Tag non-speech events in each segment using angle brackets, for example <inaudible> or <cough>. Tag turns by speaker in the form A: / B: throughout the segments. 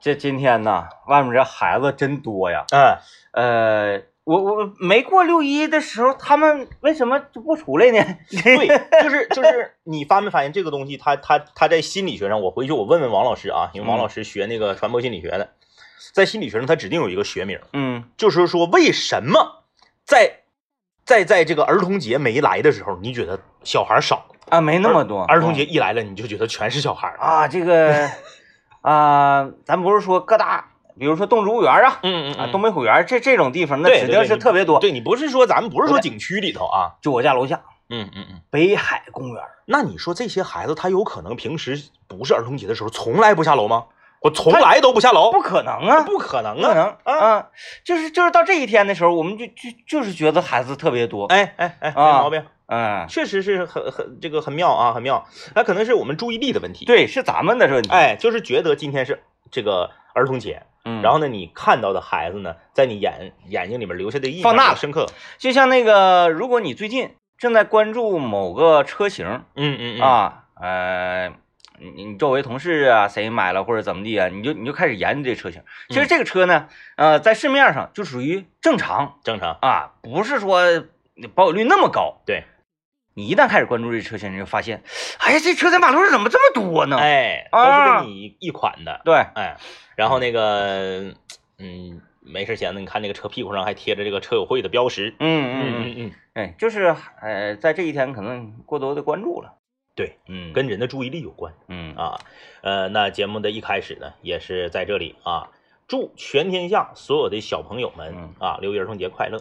A: 这今天呐，外面这孩子真多 <laughs> 呀。
B: 嗯，
A: 呃，我我没过六一的时候，他们为什么就不出来呢？
B: <laughs> 对，就是就是你发没发现这个东西它，它它在心理学上，我回去我问问王老师啊，因为
A: 嗯
B: 王老师学那个传播心理学的，在心理学上它指定有一个学名，
A: <laughs> 嗯
B: 就是说为什么在在在这个儿童节没来的时候，你觉得小孩少，
A: 啊，没那么多。
B: 儿童节一来了，你就觉得全是小孩啊？
A: 啊，这
B: <laughs>
A: 个啊，咱不是说各大，比如说动植物园啊，
B: 嗯嗯
A: 啊，
B: 啊，
A: 东
B: 东
A: 北虎园这这种地方，那
B: 对
A: 指
B: 对
A: 定
B: 对
A: 是
B: 你
A: 特别多。
B: 对你不是说咱们不是说景区里头啊，
A: 就我家楼下
B: 嗯嗯嗯。
A: 北海公园，
B: 那你说这些孩子，他有可能平时不是儿童节的时候从来不下楼吗？我从来都不下楼，
A: 不可能啊，
B: 不可能
A: 不可
B: 啊！
A: 能
B: 啊
A: 啊，就是就是到这一天的时候，我们就就就是觉得孩子特别多，
B: 哎哎哎，没
A: 啊
B: 毛病，
A: 嗯，
B: 确实是很很这个很妙啊，很妙。那可能是我们注意力的问题，，
A: 对，是咱们的问题，，
B: 哎，就是觉得今天是这个儿童节，
A: 嗯，
B: 然后呢，你看到的孩子呢，在你眼眼睛里面留下的印象
A: 放大
B: 比较
A: 了
B: 深刻，
A: 就像那个，如果你最近正在关注某个车型
B: 嗯嗯嗯，
A: 啊，呃，你你周围同事啊，谁买了或者怎么地啊，你就你就开始研究这车型。其实
B: 嗯
A: 这个车呢，呃，在市面上就属于正常
B: 正常，
A: 啊，不是说保有率那么高。
B: 对，
A: 你一旦开始关注这车型，你就发现，哎呀，这车在马路上怎么这么多呢？
B: 哎，都
A: 啊
B: 是跟你一款的，
A: 对，
B: 哎，然后那个，嗯，没事闲的，你看那个车屁股上还贴着这个车友会的标识，
A: 嗯嗯嗯，
B: 嗯嗯。
A: 哎，就是呃，在这一天可能过多的关注了。
B: 对，
A: 嗯，
B: 跟人的注意力有关
A: 嗯
B: 啊。呃，那节目的一开始呢，也是在这里啊，祝全天下所有的小朋友们
A: 嗯
B: 啊，六一儿童节快乐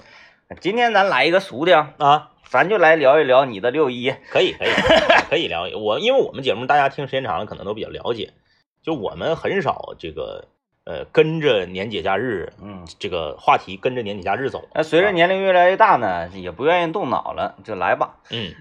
A: 今天咱来一个俗的啊。
B: 啊！
A: 咱就来聊一聊你的六一。
B: 可以，可以，可以聊。我因为我们节目大家听时间长了，可能都比较了解，就我们很少这个呃跟着年节假日
A: 嗯，
B: 这个话题跟着年节假日走。
A: 那哎随着
B: 啊
A: 年龄越来越大呢，也不愿意动脑了，就来吧。 <laughs>
B: 嗯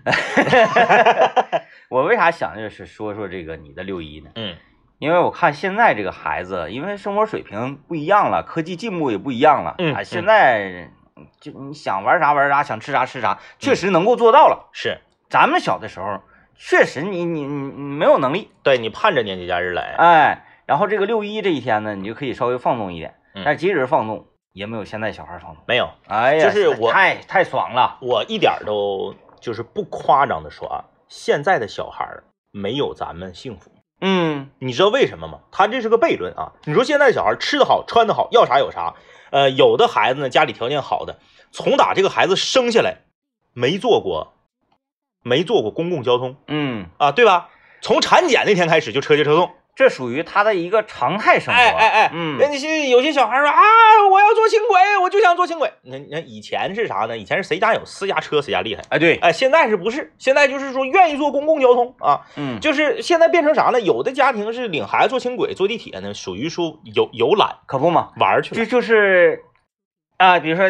A: 我为啥想就是说说这个你的六一呢？
B: 嗯
A: 因为我看现在这个孩子，因为生活水平不一样了，科技进步也不一样了，
B: 嗯
A: 啊，
B: 嗯
A: 现在就你想玩啥玩啥，想吃啥吃
B: 嗯
A: 啥，确实能够做到了。
B: 是
A: 咱们小的时候，确实你你你你没有能力，
B: 对你盼着年节假日来，
A: 哎，然后这个六一这一天呢，你就可以稍微放纵一点，
B: 嗯
A: 但即使是放纵，也没有现在小孩放纵。
B: 没有，
A: 哎呀，
B: 就是我
A: 太太爽了。
B: 我一点儿都就是不夸张的说啊，现在的小孩儿没有咱们幸福。
A: 嗯
B: 你知道为什么吗？他这是个悖论啊！你说现在小孩吃得好，穿得好，要啥有啥。呃，有的孩子呢，家里条件好的，从打这个孩子生下来，没坐过，没坐过公共交通
A: 嗯，
B: 啊，对吧？从产检那天开始就车接车送。
A: 这属于他的一个常态生活。
B: 哎哎哎，
A: 嗯
B: 那些有些小孩说啊，我要坐轻轨，我就想坐轻轨。那那以前是啥呢？以前是谁家有私家车谁家厉害。
A: 哎对，
B: 哎，现在是不是？现在就是说愿意坐公共交通啊，
A: 嗯
B: 就是现在变成啥呢？有的家庭是领孩子坐轻轨、坐地铁呢，属于说游游览
A: 可不嘛，
B: 玩儿去了。
A: 这就是啊、比如说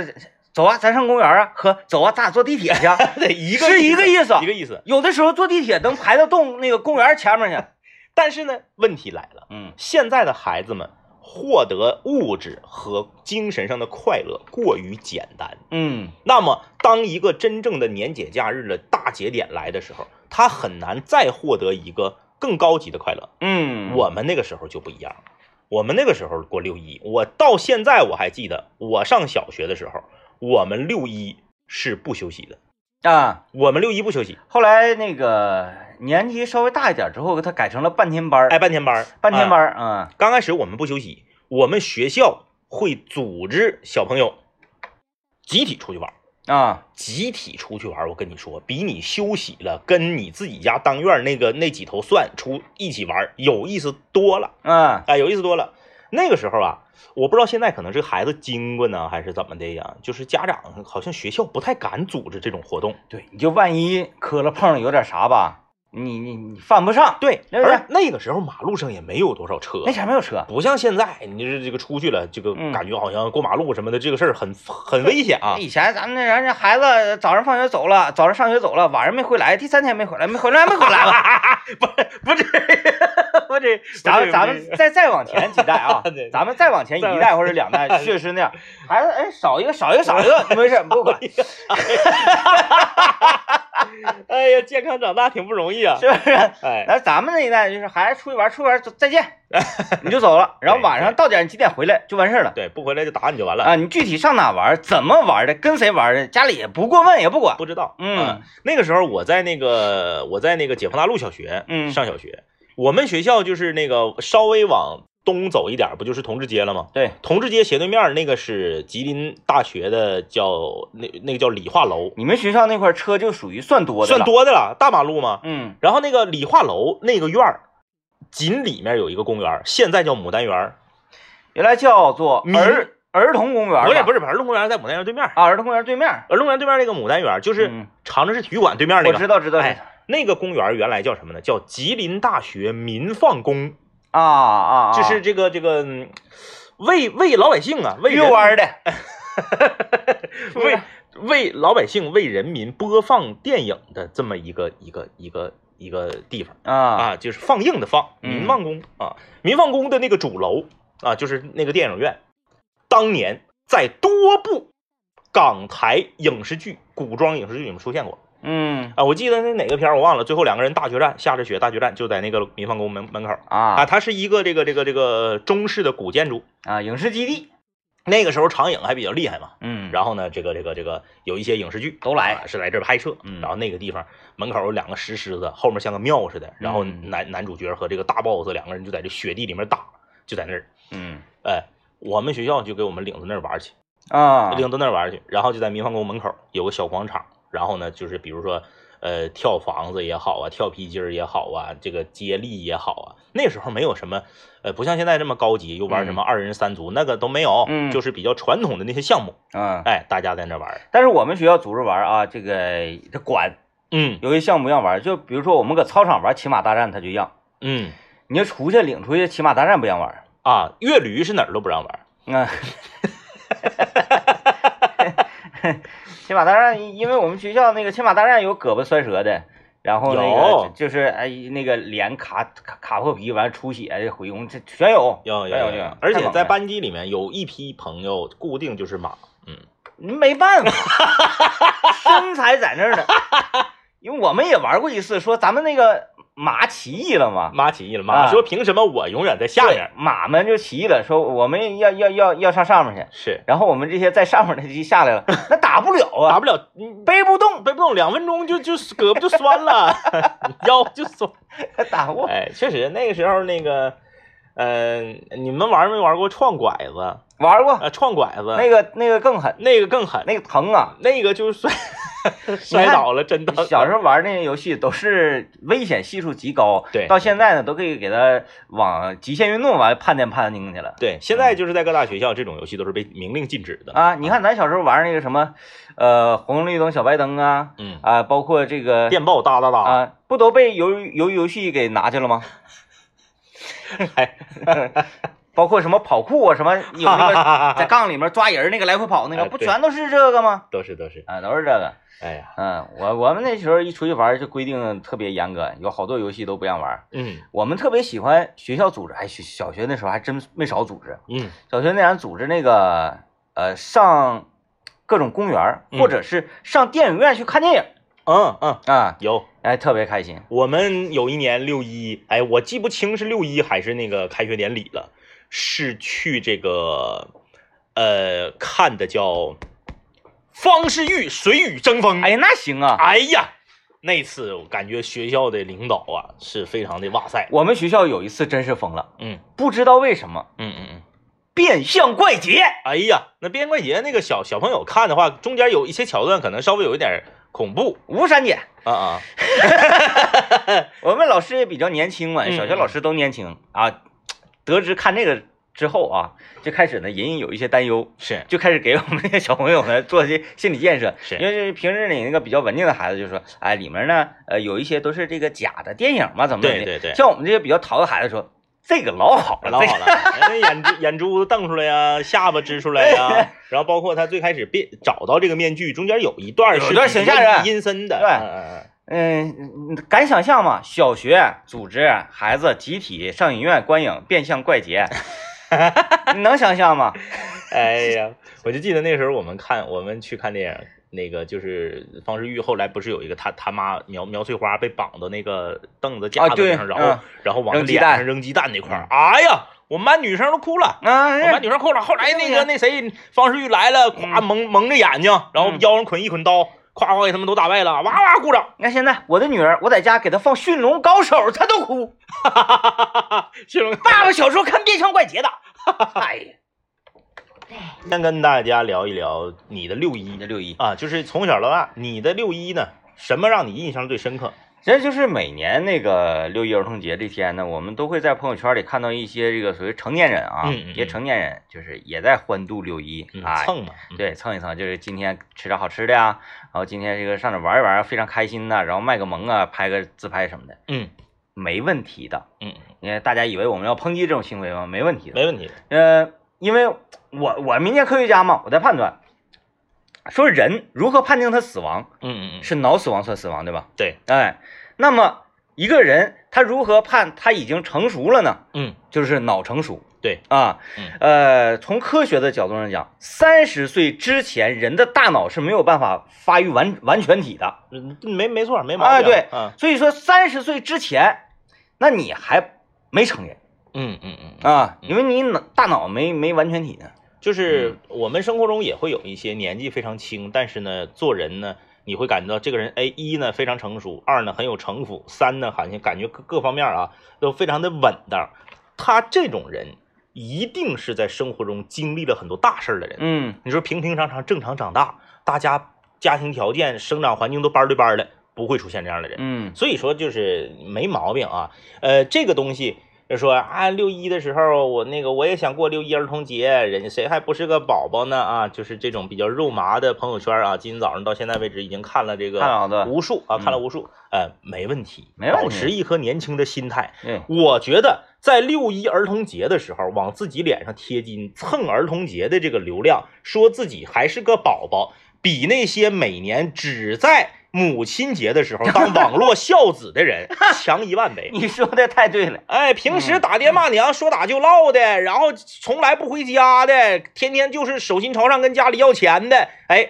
A: 走啊，咱上公园啊，和走啊，咱俩坐地铁去
B: <laughs>
A: 啊，
B: 对，一个
A: 是
B: 意
A: 一个意思。
B: 一个意思。
A: 有的时候坐地铁能排到动那个公园前面去。
B: 但是呢，问题来了，
A: 嗯
B: 现在的孩子们获得物质和精神上的快乐过于简单。
A: 嗯，
B: 那么，当一个真正的年节假日的大节点来的时候，他很难再获得一个更高级的快乐。
A: 嗯，
B: 我们那个时候就不一样了，我们那个时候过六一，我到现在我还记得，我上小学的时候，我们六一是不休息的，
A: 啊，
B: 我们六一不休息，
A: 后来那个年纪稍微大一点之后，他改成了半天班儿，
B: 挨半天班儿，
A: 半天
B: 啊
A: 班儿啊，
B: 刚开始我们不休息，我们学校会组织小朋友集体出去玩儿。
A: 啊，
B: 集体出去玩儿，我跟你说，比你休息了，跟你自己家当院儿那个那几头蒜出一起玩儿，有意思多了。
A: 啊，
B: 哎，有意思多了。那个时候啊，我不知道现在可能是孩子经过呢，还是怎么的呀？就是家长好像学校不太敢组织这种活动，
A: 对，你就万一磕了碰了有点啥吧，你你你犯不上，
B: 对，
A: 对不对
B: 而那个时候马路上也没有多少车
A: 那，前面有车，
B: 不像现在，你这这个出去了，这个
A: 嗯
B: 感觉好像过马路什么的，这个事儿很很危险啊。
A: 以前咱们那人家孩子早上放学走了，早上上学走了，晚上没回来，第三天没回来，没回来没回来了。
B: <laughs> 不不是不是，
A: 咱
B: 不
A: 们
B: 是
A: 咱们再再往前几代啊
B: <laughs> 对对，
A: 咱们再往前一代或者两代，确实那样。
B: <laughs>
A: 孩子哎，少一个少一个少一个，没事不管。
B: 哎呀，健康长大挺不容易啊。
A: 是不是？
B: 哎，
A: 那咱们那一代就是孩子出去玩，出去玩走再
B: <laughs>
A: 见，你就走了，然后晚上到点儿你几点回来就完事儿了。
B: 对，不回来就打你就完了。
A: 啊，你具体上哪玩，怎么玩的，跟谁玩的，家里也不过问也不管。
B: 不知道，
A: 嗯
B: 啊那个时候我在那个我在那个解放大路小学，
A: 嗯
B: 上小学，我们学校就是那个稍微往东走一点儿，不就是同志街了吗？
A: 对，
B: 同志街斜对面儿那个是吉林大学的叫那那个叫理化楼，
A: 你们学校那块儿车就属于算多的，
B: 算。多的了，大马路嘛。
A: 嗯，
B: 然后那个理化楼那个院儿，仅里面有一个公园儿，现在叫牡丹园儿，
A: 原来叫做
B: 民
A: 儿儿童公园吧，
B: 不是不是不是儿童公园，在牡丹园对面儿。
A: 啊，儿童公园对面儿。
B: 儿童公园对面那个牡丹园，就是
A: 嗯
B: 长春市体育馆对面那
A: 我
B: 个
A: 知道知道，
B: 哎那个公园，原来叫什么呢？叫吉林大学民放宫。
A: 啊啊啊，
B: 就是这个这个嗯为为老百姓啊，为
A: 遛弯儿的，
B: 人
A: 不是
B: 为为老百姓为人民播放电影的这么一个一个一个一个地方
A: 啊
B: 啊，就是放映的放
A: 嗯
B: 民放宫啊，民放宫的那个主楼啊，就是那个电影院，当年在多部港台影视剧、古装影视剧里面出现过
A: 嗯
B: 啊，我记得那哪个片儿我忘了，最后两个人大决战，下着雪大决战就在那个民放宫门门口儿啊，
A: 啊
B: 它是一个这个这个这个中式的古建筑。
A: 啊，影视基地，
B: 那个时候长影还比较厉害嘛，
A: 嗯，
B: 然后呢，这个这个这个有一些影视剧
A: 都来
B: 啊是来这儿拍摄，
A: 嗯
B: 然后那个地方门口有两个石狮子，后面像个庙似的，然后
A: 嗯
B: 男男主角和这个大 boss 两个人就在这雪地里面打，就在那儿，
A: 嗯
B: 哎，我们学校就给我们领到那儿玩去，
A: 啊，
B: 领到那儿玩去，然后就在民防宫门口有个小广场，然后呢，就是比如说呃跳房子也好啊，跳皮筋儿也好啊，这个接力也好啊，那时候没有什么呃，不像现在这么高级，又玩什么二人三足、那个都没有，
A: 嗯
B: 就是比较传统的那些项目，
A: 嗯，
B: 哎，大家在那玩儿，
A: 但是我们学校组织玩儿啊，这个这管
B: 嗯
A: 有些项目让玩儿，就比如说我们搁操场玩骑马大战，他就让。
B: 嗯
A: 你要出去领出去骑马大战不让玩儿，
B: 啊，越驴是哪儿都不让玩儿，
A: 嗯， <laughs> 骑马大战，因为我们学校那个骑马大战有胳膊摔折的，然后那
B: 有
A: 个就是哎那个脸卡卡卡破皮，完了出血回红，这全有
B: 要
A: 全有
B: 要
A: 全有
B: 要，，而
A: 太
B: 且
A: 猛
B: 在
A: 了
B: 班级里面有一批朋友固定就是马，嗯，
A: 没办 <laughs> 法，身材在那儿呢。因为我们也玩过一次，说咱们那个马起义了嘛，
B: 马起义了，
A: 啊
B: 马说凭什么我永远在下面？
A: 对马们就起义了，说我们要要要要上上面去，
B: 是
A: 然后我们这些在上面的就下来了，那打不了
B: 打
A: 啊，
B: 不了，嗯
A: 背不动，
B: 背不动，两分钟就就胳膊就酸
A: <laughs>
B: 了，腰就酸。
A: 打不过。
B: 哎，确实那个时候那个，呃，你们玩没玩过撞拐子？
A: 玩过
B: 啊，撞拐子
A: 那个那个更狠，
B: 那个更狠，
A: 那个疼啊！
B: 那个就是
A: <laughs>
B: 摔摔倒了，真的。
A: 小时候玩那些游戏都是危险系数极高，
B: 对
A: 到现在呢都可以给它往极限运动完判定判定去了。
B: 对，现在就是在各大学校，这种游戏都是被明令禁止的。
A: 啊，你看咱小时候玩那个什么，呃，红绿灯、小白灯啊，
B: 嗯，
A: 啊，包括这个
B: 电报哒哒哒，
A: 啊，不都被游游游戏给拿去了吗？
B: <laughs> 哎，
A: <laughs> 包括什么跑酷啊，什么有
B: <laughs>
A: 那个在杠里面抓人那个来回跑那个，
B: 哎
A: 不
B: 对
A: 全都是这个吗？
B: 都是都是，
A: 啊，都是这个。
B: 哎呀，
A: 嗯，我我们那时候一出去玩就规定特别严格，有好多游戏都不让玩。
B: 嗯
A: 我们特别喜欢学校组织，哎，小小学那时候还真没少组织。
B: 嗯
A: 小学那咱组织那个呃上各种公园儿，
B: 嗯
A: 或者是上电影院去看电影。
B: 嗯嗯，
A: 啊，
B: 有。
A: 哎，特别开心。
B: 我们有一年六一，哎，我记不清是六一还是那个开学典礼了，是去这个呃看的叫方世玉水雨争锋。
A: 哎，那行啊，
B: 哎呀，那次我感觉学校的领导啊是非常的哇塞，
A: 我们学校有一次真是疯了，
B: 嗯
A: 不知道为什么
B: 嗯嗯嗯，
A: 变相怪杰。
B: 哎呀，那边怪杰那个小小朋友看的话，中间有一些桥段可能稍微有一点恐怖
A: 吴珊姐，
B: 啊啊，
A: 我们老师也比较年轻嘛，
B: 嗯
A: 小学老师都年轻啊。得知看这个之后啊，就开始呢隐隐有一些担忧，
B: 是
A: 就开始给我们这些小朋友呢做一些心理建设。
B: <laughs> 是
A: 因为这平日里那个比较文静的孩子就说，哎，里面呢呃有一些都是这个假的电影嘛，怎么怎么
B: 对
A: 的。
B: 对对。
A: 像我们这些比较淘的孩子说，这个 <laughs> 老好了，
B: 老
A: 这个
B: <laughs> 好了，那眼珠眼珠瞪出来呀，下巴支出来
A: <laughs> 哎
B: 呀，然后包括他最开始变找到这个面具，中间有一段
A: 有
B: 是
A: 段
B: 比
A: 挺
B: 较
A: 吓人
B: 阴森的，
A: 对
B: 嗯
A: 嗯，敢想象吗？小学组织孩子集体上影院观影《变相怪
B: <laughs>
A: 杰》，你能想象吗？
B: 嗯嗯哎呀，我就记得那时候我们看我们去看电影，那个就是方世玉后来不是有一个他他妈苗苗翠花被绑到那个凳子架
A: 啊
B: 子
A: 对
B: 上，然
A: 嗯
B: 后然后往
A: 扔鸡
B: 脸
A: 蛋
B: 上扔鸡蛋那块儿，哎呀，我们班女生都哭了。
A: 啊，
B: 我们班女生哭了。后来那个那谁方世玉来了，咵蒙蒙着眼睛，然后
A: 嗯
B: 腰上捆一捆刀，咵咵给他们都打败了，哇哇鼓掌。
A: 你看现在我的女儿，我在家给她放《驯龙高手》，她都哭。
B: 谢龙
A: 爸爸小时候看《变相怪杰》的， <laughs> 哎呀，
B: 先跟大家聊一聊你的六一
A: 你的六一，
B: 啊，就是从小到大，你的六一呢，什么让你印象最深刻？
A: 这就是每年那个六一儿童节这天呢，我们都会在朋友圈里看到一些这个所谓成年人啊，
B: 嗯嗯嗯
A: 一些成年人就是也在欢度六一，
B: 嗯
A: 哎，
B: 蹭嘛，嗯，
A: 对，蹭一蹭，就是今天吃点好吃的呀，然后今天这个上哪玩一玩啊，非常开心呐、然后卖个萌啊，拍个自拍什么的，
B: 嗯
A: 没问题的。
B: 嗯，
A: 因为大家以为我们要抨击这种行为吗？没问题的。
B: 没问题。
A: 呃，因为我我民间科学家嘛，我在判断，说人如何判定他死亡
B: 嗯嗯嗯，
A: 是脑死亡算死亡对吧？
B: 对，
A: 哎，那么一个人他如何判他已经成熟了呢？
B: 嗯
A: 就是脑成熟。
B: 对
A: 啊
B: 嗯，
A: 呃，从科学的角度上讲，三十岁之前人的大脑是没有办法发育完完全体的，
B: 嗯没没错，没毛病。
A: 哎对
B: 啊，
A: 所以说三十岁之前，那你还没成人
B: 嗯嗯嗯嗯，
A: 啊，因为你脑大脑没没完全体呢。
B: 呃就是我们生活中也会有一些年纪非常轻，但是呢，做人呢，你会感觉到这个人，哎，一呢非常成熟，二呢很有城府，三呢好像感觉各各方面啊都非常的稳当。他这种人一定是在生活中经历了很多大事儿的人。
A: 嗯，
B: 你说平平常常正常长大，大家家庭条件、生长环境都班儿对班儿的，不会出现这样的人。
A: 嗯，
B: 所以说就是没毛病啊。呃，这个东西就说啊，六一的时候我那个我也想过六一儿童节，人家谁还不是个宝宝呢啊？就是这种比较肉麻的朋友圈啊，今天早上到现在为止已经看了这
A: 看
B: 个
A: 老子，
B: 无数啊，
A: 嗯
B: 看了无数，呃，没问题，
A: 没问题
B: 保持一颗年轻的心态。
A: 对，
B: 我觉得在六一儿童节的时候，往自己脸上贴金，蹭儿童节的这个流量，说自己还是个宝宝，比那些每年只在母亲节的时候当网络孝子的人强一万倍。
A: 你说的太对了。
B: 哎，平时打爹骂娘，说打就唠的，然后从来不回家的，天天就是手心朝上跟家里要钱的，哎。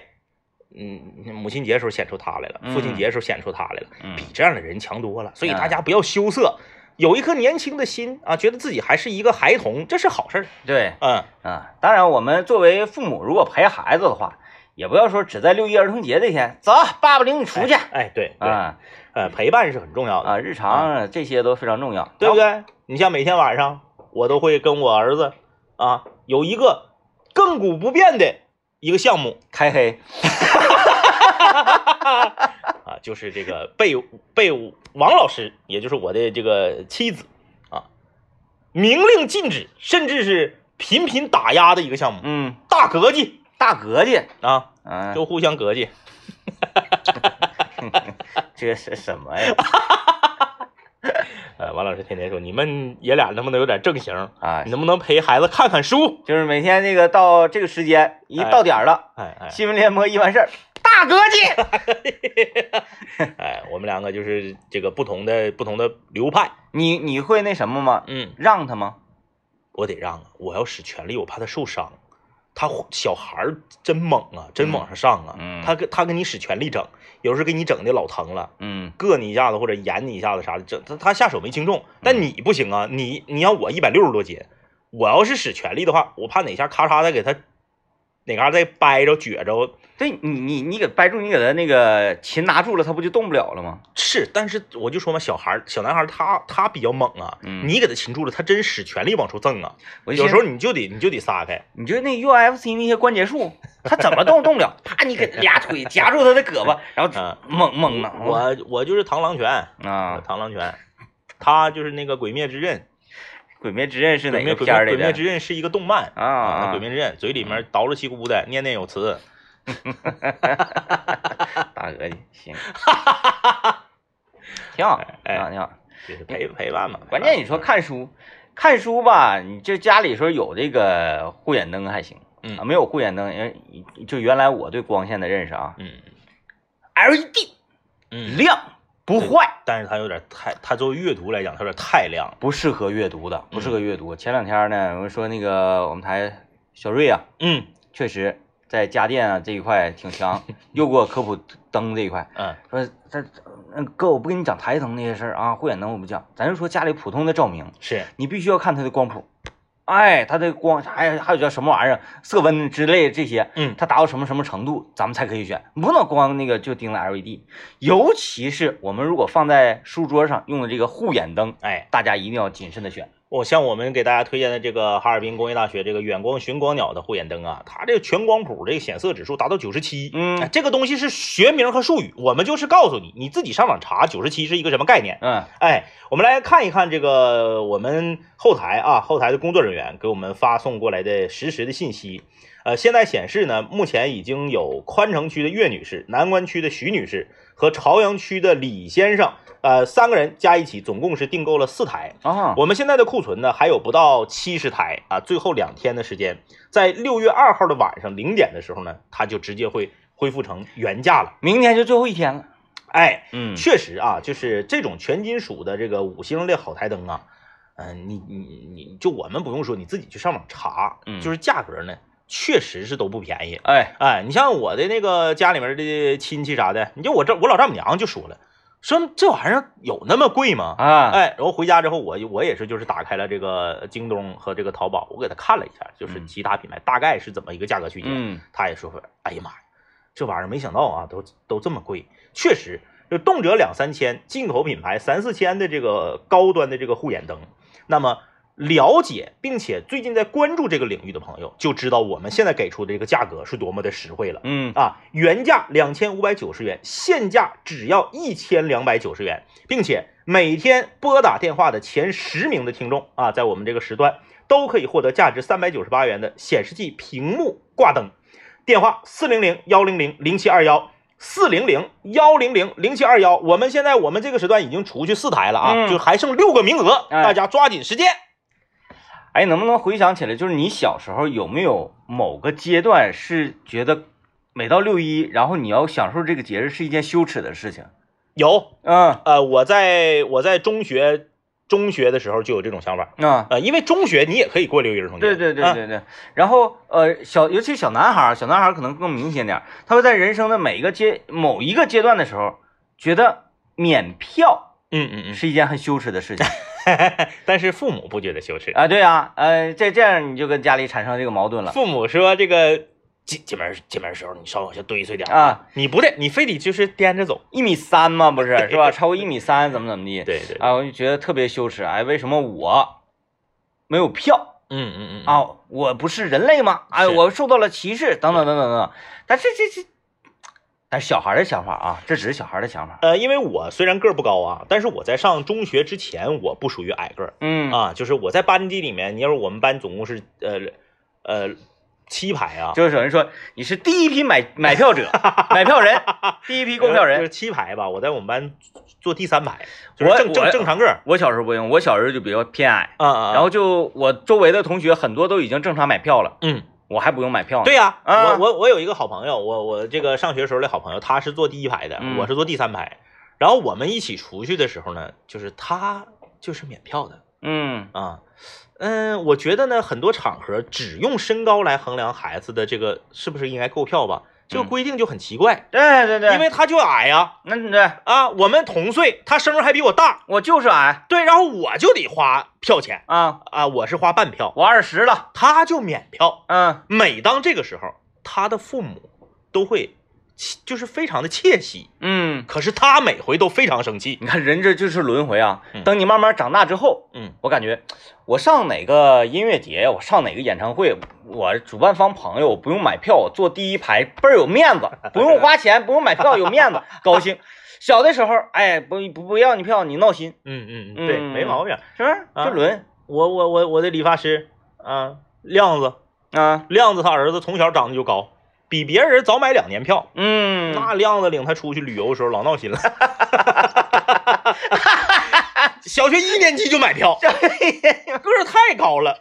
B: 嗯，母亲节的时候显出他来了，
A: 嗯
B: 父亲节的时候显出他来了，
A: 嗯
B: 比这样的人强多了。所以
A: 嗯
B: 大家不要羞涩，有一颗年轻的心啊，觉得自己还是一个孩童，这是好事儿。
A: 对
B: 嗯，
A: 啊，当然，我们作为父母，如果陪孩子的话，也不要说只在六一儿童节这天，走，爸爸领你出去
B: 哎哎，对对，
A: 啊
B: 呃，陪伴是很重要的，
A: 啊，日常这些都非常重要，
B: 对不对？你像每天晚上，我都会跟我儿子啊有一个亘古不变的一个项目，
A: 开黑，
B: 啊，就是这个被被王老师，也就是我的这个妻子啊，明令禁止，甚至是频频打压的一个项目，
A: 嗯，
B: 大格计
A: 大格局，
B: 啊，
A: 嗯、
B: 就互相格计。
A: 这是什么
B: <laughs>
A: 呀？
B: 呃，王老师天天说，你们爷俩能不能有点正形？
A: 啊
B: 你，能不能陪孩子看看书？
A: 就是每天那个到这个时间，一
B: 哎
A: 到点儿了，
B: 哎哎
A: 新闻联播一完事儿，大格
B: <laughs>
A: 局，
B: 哎，我们两个就是这个不同的不同的流派。
A: 你你会那什么吗？
B: 嗯，
A: 让他吗？
B: 我得让啊，我要使全力，我怕他受伤。他小孩儿真猛啊，真往上上啊！
A: 嗯嗯
B: 他跟他跟你使全力整，有时候给你整的老疼了，
A: 嗯
B: 硌你一下子或者严你一下子啥的，这他他下手没轻重，
A: 嗯
B: 但你不行啊，你你要我一百六十多斤，我要是使全力的话，我怕哪下咔嚓再给他哪嘎再掰着撅着。
A: 对你你你给掰住，你给他那个擒拿住了，他不就动不了了吗？
B: 是，但是我就说嘛，小孩儿小男孩儿他他比较猛啊，
A: 嗯
B: 你给他擒住了，他真使全力往出挣啊，
A: 我就
B: 有
A: 寻
B: 时
A: 思
B: 候你就得你就得撒开，
A: 你就那 UFC 那些关节束，他怎么动动不了，啪，你给俩腿夹住他的胳膊，然后
B: 嗯，
A: 猛 <laughs> 猛挠
B: 我我就是螳螂拳，
A: 啊！
B: 螳螂拳，他就是那个《鬼灭之刃》，
A: 鬼灭之刃是
B: 鬼
A: 哪
B: 灭
A: 个
B: 鬼
A: 片
B: 灭
A: 儿里
B: 鬼灭
A: 的？
B: 之刃是一个动漫
A: 啊啊！
B: 鬼灭之刃嘴里面叨了叽咕的，念念有词。
A: 大哥，行，挺好，
B: 哎
A: 挺好，挺好。
B: 就是陪陪伴嘛。陪伴
A: 嗯关键你说看书，看书吧，你就家里说有这个护眼灯还行，
B: 嗯
A: 啊，没有护眼灯，因为就原来我对光线的认识啊
B: 嗯 E
A: ，LED
B: 嗯，
A: 亮不坏，
B: 但是它有点太，它作为阅读来讲，它有点太亮了。
A: 不适合阅读的，不适合阅读。前两天呢，我们说那个我们台小瑞啊，
B: 嗯
A: 确实在家电啊这一块挺强，又给我科普灯这一块，
B: 嗯
A: 说他嗯哥，我不跟你讲台灯那些事儿啊，慧眼灯我不讲，咱就说家里普通的照明，
B: 是
A: 你必须要看它的光谱，哎，它的光，哎，还有叫什么玩意儿，色温之类这些，
B: 嗯
A: 它达到什么什么程度，咱们才可以选，不能光那个就盯着 LED，尤其是我们如果放在书桌上用的这个护眼灯，
B: 哎，
A: 大家一定要谨慎的选。
B: 我哦像我们给大家推荐的这个哈尔滨工业大学这个远光寻光鸟的护眼灯啊，它这个全光谱这个显色指数达到九十七，
A: 嗯
B: 哎这个东西是学名和术语，我们就是告诉你，你自己上网查九十七是一个什么概念。
A: 嗯
B: 哎，我们来看一看这个我们后台啊，后台的工作人员给我们发送过来的实时的信息。呃，现在显示呢，目前已经有宽城区的岳女士、南关区的徐女士和朝阳区的李先生，呃，三个人加一起，总共是订购了四台。
A: 啊，
B: 我们现在的库存呢，还有不到七十台啊，最后两天的时间，在六月二号的晚上零点的时候呢，它就直接会恢复成原价了。
A: 明天就最后一天了。
B: 哎，
A: 嗯
B: 确实啊，就是这种全金属的这个五星的好台灯啊，嗯、你你你就我们不用说，你自己去上网查，
A: 嗯
B: 就是价格呢，确实是都不便宜。
A: 哎，
B: 哎，你像我的那个家里面的亲戚啥的，你就我这我老丈母娘就说了，说这玩意儿有那么贵吗？
A: 啊，
B: 哎，然后回家之后我，我也是就是打开了这个京东和这个淘宝，我给他看了一下，就是
A: 嗯
B: 其他品牌大概是怎么一个价格区间，
A: 嗯，
B: 他也说哎呀妈呀，这玩意儿没想到啊，都都这么贵，确实，就动辄两三千，进口品牌三四千的这个高端的这个护眼灯，那么。了解并且最近在关注这个领域的朋友就知道我们现在给出的这个价格是多么的实惠了。
A: 嗯
B: 啊，原价两千五百九十元，现价只要一千两百九十元，并且每天拨打电话的前十名的听众啊，在我们这个时段都可以获得价值三百九十八元的显示器屏幕挂灯。电话四零零幺零零零七二幺四零零幺零零零七二幺。我们现在我们这个时段已经除去四台了啊，
A: 嗯
B: 就还剩六个名额，
A: 哎
B: 大家抓紧时间。
A: 哎，能不能回想起来，就是你小时候有没有某个阶段是觉得每到六一，然后你要享受这个节日是一件羞耻的事情？
B: 有，
A: 嗯
B: 呃，我在我在中学中学的时候就有这种想法。
A: 啊，
B: 呃，因为中学你也可以过六一儿童节，
A: 对对对
B: 啊，
A: 对对。然后呃，小尤其小男孩儿，小男孩儿可能更明显点儿，他会在人生的每一个阶某一个阶段的时候，觉得免票
B: 嗯嗯
A: 是一件很羞耻的事情
B: 嗯， <laughs> 但是父母不觉得羞耻，
A: 啊。对啊，呃，这这样你就跟家里产生这个矛盾了
B: 父母说这个进进门进门的时候你稍微往下堆碎点儿，
A: 啊。
B: 你不对，你非得就是颠着走，
A: 一米三嘛，不是是吧？超过一米三怎么怎么地？
B: 对对，
A: 啊，我就觉得特别羞耻。哎，为什么我没有票
B: 嗯嗯嗯，
A: 啊？我不是人类吗？哎，
B: 是
A: 我受到了歧视，等等等等等等。但是这这，但是小孩儿的想法啊，这只是小孩儿的想法。
B: 呃，因为我虽然个儿不高啊，但是我在上中学之前我不属于矮个儿
A: 嗯
B: 啊，就是我在班级里面，你要是我们班总共是呃呃七排啊，
A: 就是有人说你是第一批买买票者，买票人，第一批购票
B: 就
A: 人
B: 是。七排吧，我在我们班坐第三排，就
A: 我
B: 是正
A: 我
B: 正正常个儿，
A: <laughs> 我小时候不用，我小时候就比较偏矮，
B: 啊啊，
A: 然后就我周围的同学很多都已经正常买票了，
B: 嗯。
A: 我还不用买票呢。
B: 对呀、
A: 啊
B: 我我我有一个好朋友，我我这个上学时候的好朋友，他是坐第一排的，
A: 嗯
B: 我是坐第三排。然后我们一起出去的时候呢，就是他就是免票的
A: 嗯
B: 啊。嗯，我觉得呢，很多场合只用身高来衡量孩子的这个是不是应该购票吧，这
A: 嗯
B: 个规定就很奇怪，
A: 对对对，
B: 因为他就矮呀、
A: 那对
B: 啊，我们同岁，他生日还比我大，
A: 我就是矮
B: 对，然后我就得花票钱
A: 啊，
B: 啊，我是花半票，
A: 我二十了，
B: 他就免票。
A: 嗯
B: 每当这个时候，他的父母都会气就是非常的窃喜，
A: 嗯，
B: 可是他每回都非常生气。
A: 你看人这就是轮回啊
B: 嗯。
A: 等你慢慢长大之后，
B: 嗯
A: 我感觉我上哪个音乐节，我上哪个演唱会，我主办方朋友我不用买票，我坐第一排倍儿有面
B: <laughs>
A: 子，不用花钱，不用买票，有面子，高兴。小的时候，哎，不不不要你票，你闹心，
B: 嗯嗯
A: 嗯
B: 对，没毛病。
A: 是不是？
B: 啊
A: 这轮
B: 我我我我的理发师啊，亮子，
A: 啊，
B: 亮子他儿子从小长得就高，比别人早买两年票。
A: 嗯，
B: 那亮子领他出去旅游的时候老闹心了，小学一年级就买票，个儿太高了，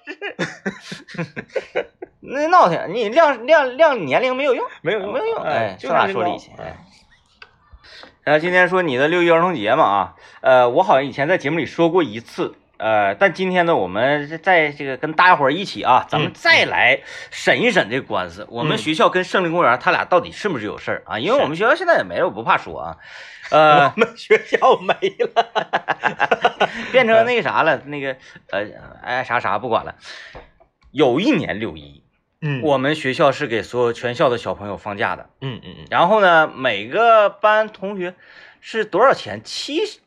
A: 那闹挺，你亮亮亮年龄没有用，
B: 没有
A: 没有用，
B: 哎
A: 哎，，
B: 就
A: 上哪
B: 是
A: 说
B: 高
A: 理去？
B: 哎
A: 哎然后今天说你的六一儿童节嘛啊，呃，我好像以前在节目里说过一次，呃，但今天呢，我们在这个跟大家伙儿一起啊，咱们
B: 嗯
A: 再来审一审这个官司。我们学校跟圣林公园，他俩到底是不是有事儿啊？因为我们学校现在也没有，我不怕说啊。
B: <laughs>
A: 呃，
B: 我们 <laughs> 学校没了。
A: 变成那个啥了，那个呃，哎啥啥不管了。有一年六一，
B: 嗯
A: 我们学校是给所有全校的小朋友放假的。
B: 嗯嗯嗯，
A: 然后呢，每个班同学是多少钱？七十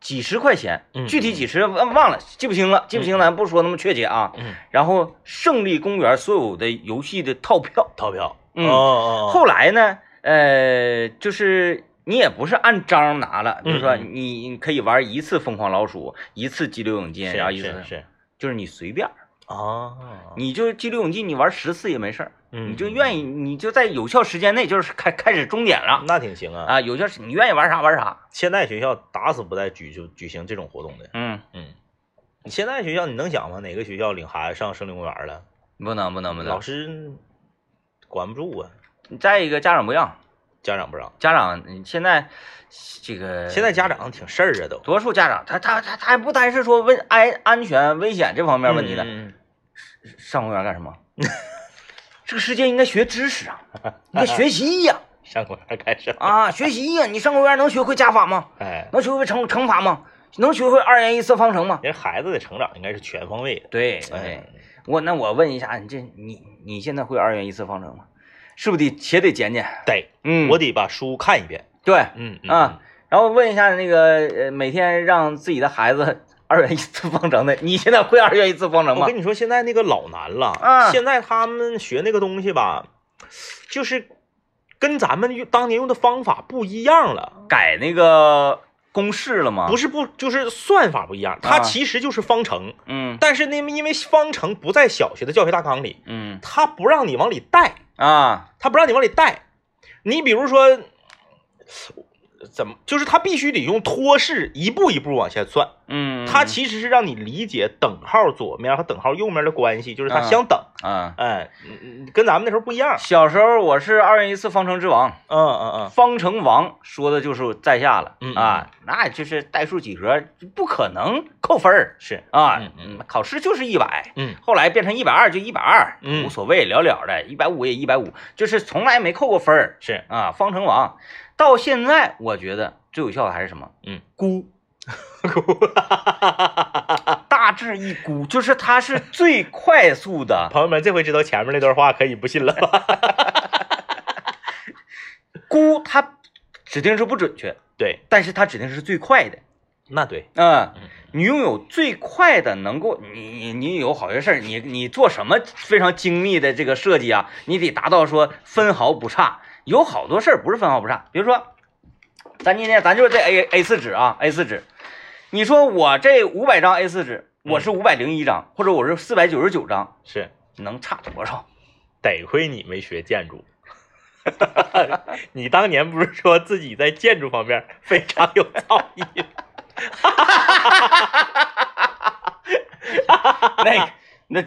A: 几十块钱
B: 嗯，
A: 具体几十忘忘了，记不清了，记不清了，咱不说那么确切啊。
B: 嗯，
A: 然后胜利公园所有的游戏的套票，
B: 逃票。
A: 嗯
B: 哦哦哦，
A: 后来呢，呃，就是你也不是按张拿了，比如说
B: 嗯
A: 你你可以玩一次疯狂老鼠，一次激流勇进，然后
B: 是啊
A: 一次
B: 是是
A: 就是你随便儿，
B: 啊，
A: 你就激流勇进，你玩十次也没事儿，
B: 嗯
A: 你就愿意，你就在有效时间内，就是开开始终点了
B: 那挺行啊。
A: 啊，有效时你愿意玩啥玩啥，
B: 现在学校打死不带举就举行这种活动的。
A: 嗯，
B: 嗯，你现在学校你能想吗？哪个学校领孩子上森林公园了？
A: 不能不能不
B: 老
A: 能，
B: 师管不住啊，
A: 再一个家长不让，
B: 家长不让。
A: 家长嗯现在这个
B: 现在家长挺事儿啊都。
A: 多数家长他他他他还不单是说问安安全危险这方面问题的，
B: 嗯
A: 上公园干什么？ <laughs> 这个世界应该学知识
B: <laughs>
A: 啊，应该学习呀、
B: 上公园干什么？
A: 啊，学习呀、你上公园能学会加法吗？
B: 哎，
A: 能学会乘乘法吗？能学会二元一次方程吗？
B: 人孩子的成长应该是全方位的。
A: 对
B: 哎
A: 对，，我那我问一下，你这你你现在会二元一次方程吗？是不是得且得减减？
B: 哎得
A: 嗯，
B: 我得把书看一遍。
A: 对
B: 嗯嗯
A: 啊，然后问一下那个呃，每天让自己的孩子 <laughs> 二元一次方程的，你现在会二元一次方程
B: 我
A: 吗？
B: 跟你说，现在那个老难了。
A: 啊
B: 现在他们学那个东西吧，就是跟咱们用当年用的方法不一样了。
A: 改那个公式了吗？
B: 不
A: 是，
B: 是不，就是算法不一样，它
A: 啊
B: 其实就是方程。
A: 嗯
B: 但是那么因为方程不在小学的教学大纲里，
A: 嗯
B: 它不让你往里带，
A: 啊，
B: 它不让你往里带。你比如说，怎么就是它必须得用托式一步一步往下算。
A: 嗯，
B: 它其实是让你理解等号左面和等号右面的关系，就是它
A: 嗯
B: 相等。
A: 啊，
B: 哎，嗯嗯跟咱们那时候不一样。
A: 小时候我是二元一次方程之王，
B: 嗯嗯
A: 方程王说的就是在下了
B: 嗯
A: 啊，那就是代数几何不可能扣分儿
B: 嗯，是，
A: 啊
B: 嗯，嗯
A: 考试就是一百。
B: 嗯
A: 后来变成一百二就一百二，
B: 嗯
A: 无所谓，了了的，一百五也一百五，就是从来没扣过分儿
B: 是，
A: 啊。方程王到现在，我觉得最有效的还是什么？
B: 嗯，
A: 估，大致一估，就是它是最快速的
B: 朋友们，这回知道前面那段话可以不信了 <laughs> 吧？
A: 估，它指定是不准确，
B: 对，
A: 但是它指定是最快的。
B: 那对，
A: 嗯
B: 嗯，
A: 你拥有最快的能够，你你你有好些事儿，你你做什么非常精密的这个设计啊，你得达到说分毫不差。有好多事儿不是分毫不差，比如说，咱今天咱就是这 A A 四纸啊，A 四纸，你说我这五百张 A 四纸，我是五百零一张，或者我是四百九十九张，
B: 是，
A: 能差多少？
B: 得亏你没学建筑。 <laughs> 你当年不是说自己在建筑方面非常有造诣？ <laughs>
A: <laughs> 那个那